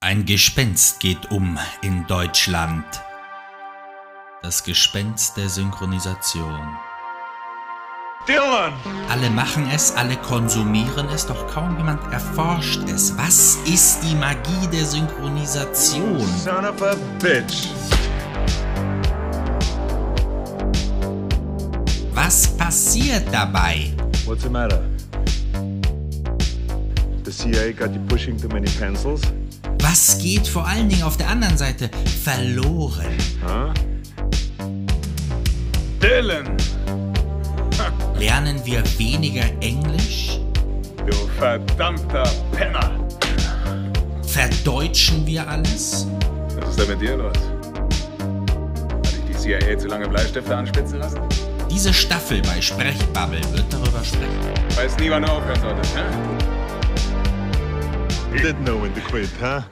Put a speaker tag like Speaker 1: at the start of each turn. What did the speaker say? Speaker 1: Ein Gespenst geht um in Deutschland. Das Gespenst der Synchronisation.
Speaker 2: Dylan!
Speaker 1: Alle machen es, alle konsumieren es, doch kaum jemand erforscht es. Was ist die Magie der Synchronisation?
Speaker 2: Son of a bitch!
Speaker 1: Was passiert dabei?
Speaker 2: What's the matter? The CIA got you pushing too many pencils?
Speaker 1: Was geht vor allen Dingen auf der anderen Seite verloren?
Speaker 2: Huh? Dylan!
Speaker 1: Lernen wir weniger Englisch?
Speaker 2: Du verdammter Penner!
Speaker 1: Verdeutschen wir alles?
Speaker 2: Was ist denn mit dir los? Hat dich die CIA zu lange Bleistifte anspitzen lassen?
Speaker 1: Diese Staffel bei Sprechbubble wird darüber sprechen.
Speaker 2: Weiß nie, wann du aufhören solltest, hä? He didn't know when to quit, huh?